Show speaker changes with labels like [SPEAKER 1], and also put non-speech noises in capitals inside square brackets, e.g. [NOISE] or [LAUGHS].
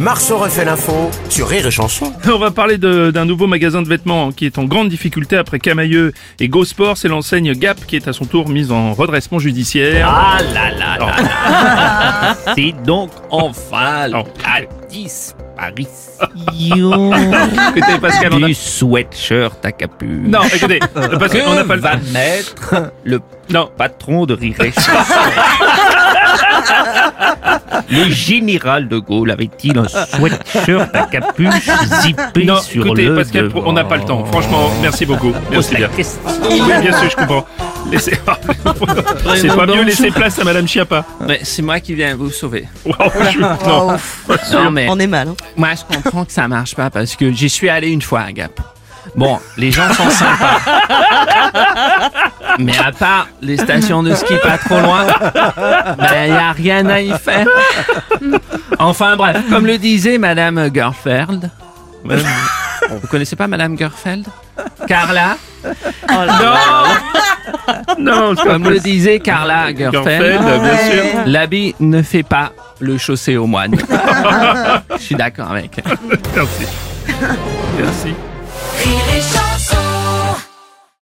[SPEAKER 1] Marceau refait l'info sur Rire et Chanson.
[SPEAKER 2] [LAUGHS] On va parler de- d'un nouveau magasin de vêtements hein, qui est en grande difficulté après Camailleux et Go Sport. C'est l'enseigne Gap qui est à son tour mise en redressement judiciaire.
[SPEAKER 3] Ah là là là là
[SPEAKER 2] [LAUGHS]
[SPEAKER 3] C'est donc enfin
[SPEAKER 2] Non.
[SPEAKER 3] la
[SPEAKER 2] [LAUGHS]
[SPEAKER 3] disparition Ah.
[SPEAKER 2] Écoutez, Pascal, on a...
[SPEAKER 3] du sweatshirt à capuche.
[SPEAKER 2] Non, écoutez, euh, parce
[SPEAKER 3] Que
[SPEAKER 2] qu'on n'a pas le...
[SPEAKER 3] va mettre le
[SPEAKER 2] [LAUGHS] Non,
[SPEAKER 3] patron de Rire et Chanson
[SPEAKER 2] [LAUGHS]
[SPEAKER 3] Le général de Gaulle avait-il un sweatshirt à capuche zippé
[SPEAKER 2] non,
[SPEAKER 3] sur
[SPEAKER 2] écoutez,
[SPEAKER 3] le
[SPEAKER 2] Pascal,
[SPEAKER 3] devant
[SPEAKER 2] on n'a pas le temps. Franchement, merci beaucoup.
[SPEAKER 3] Pose
[SPEAKER 2] Merci
[SPEAKER 3] la
[SPEAKER 2] bien.
[SPEAKER 3] question.
[SPEAKER 2] Oui, bien sûr, je comprends. Laissez... [LAUGHS] C'est pas mieux laisser place à Madame Chiappa.
[SPEAKER 4] Ouais, c'est moi qui viens vous sauver.
[SPEAKER 2] Wow, je- non.
[SPEAKER 4] Non, mais
[SPEAKER 5] On est mal. hein.
[SPEAKER 4] moi, je comprends que ça marche pas parce que j'y suis allé une fois à Gap. Bon, les gens sont sympas. Mais à part les stations de ski pas trop loin, ben, y a rien à y faire. Enfin bref, comme le disait Madame Gerfeld. Madame- Vous connaissez pas Madame Gerfeld Carla
[SPEAKER 2] Oh Non, c'est pas
[SPEAKER 4] Comme le disait Carla Gerfeld,
[SPEAKER 2] Garfield, bien sûr.
[SPEAKER 4] l'habit ne fait pas le chaussé au [LAUGHS] moine. Je suis d'accord avec.
[SPEAKER 2] Merci. Merci.
[SPEAKER 6] Rire et chanson.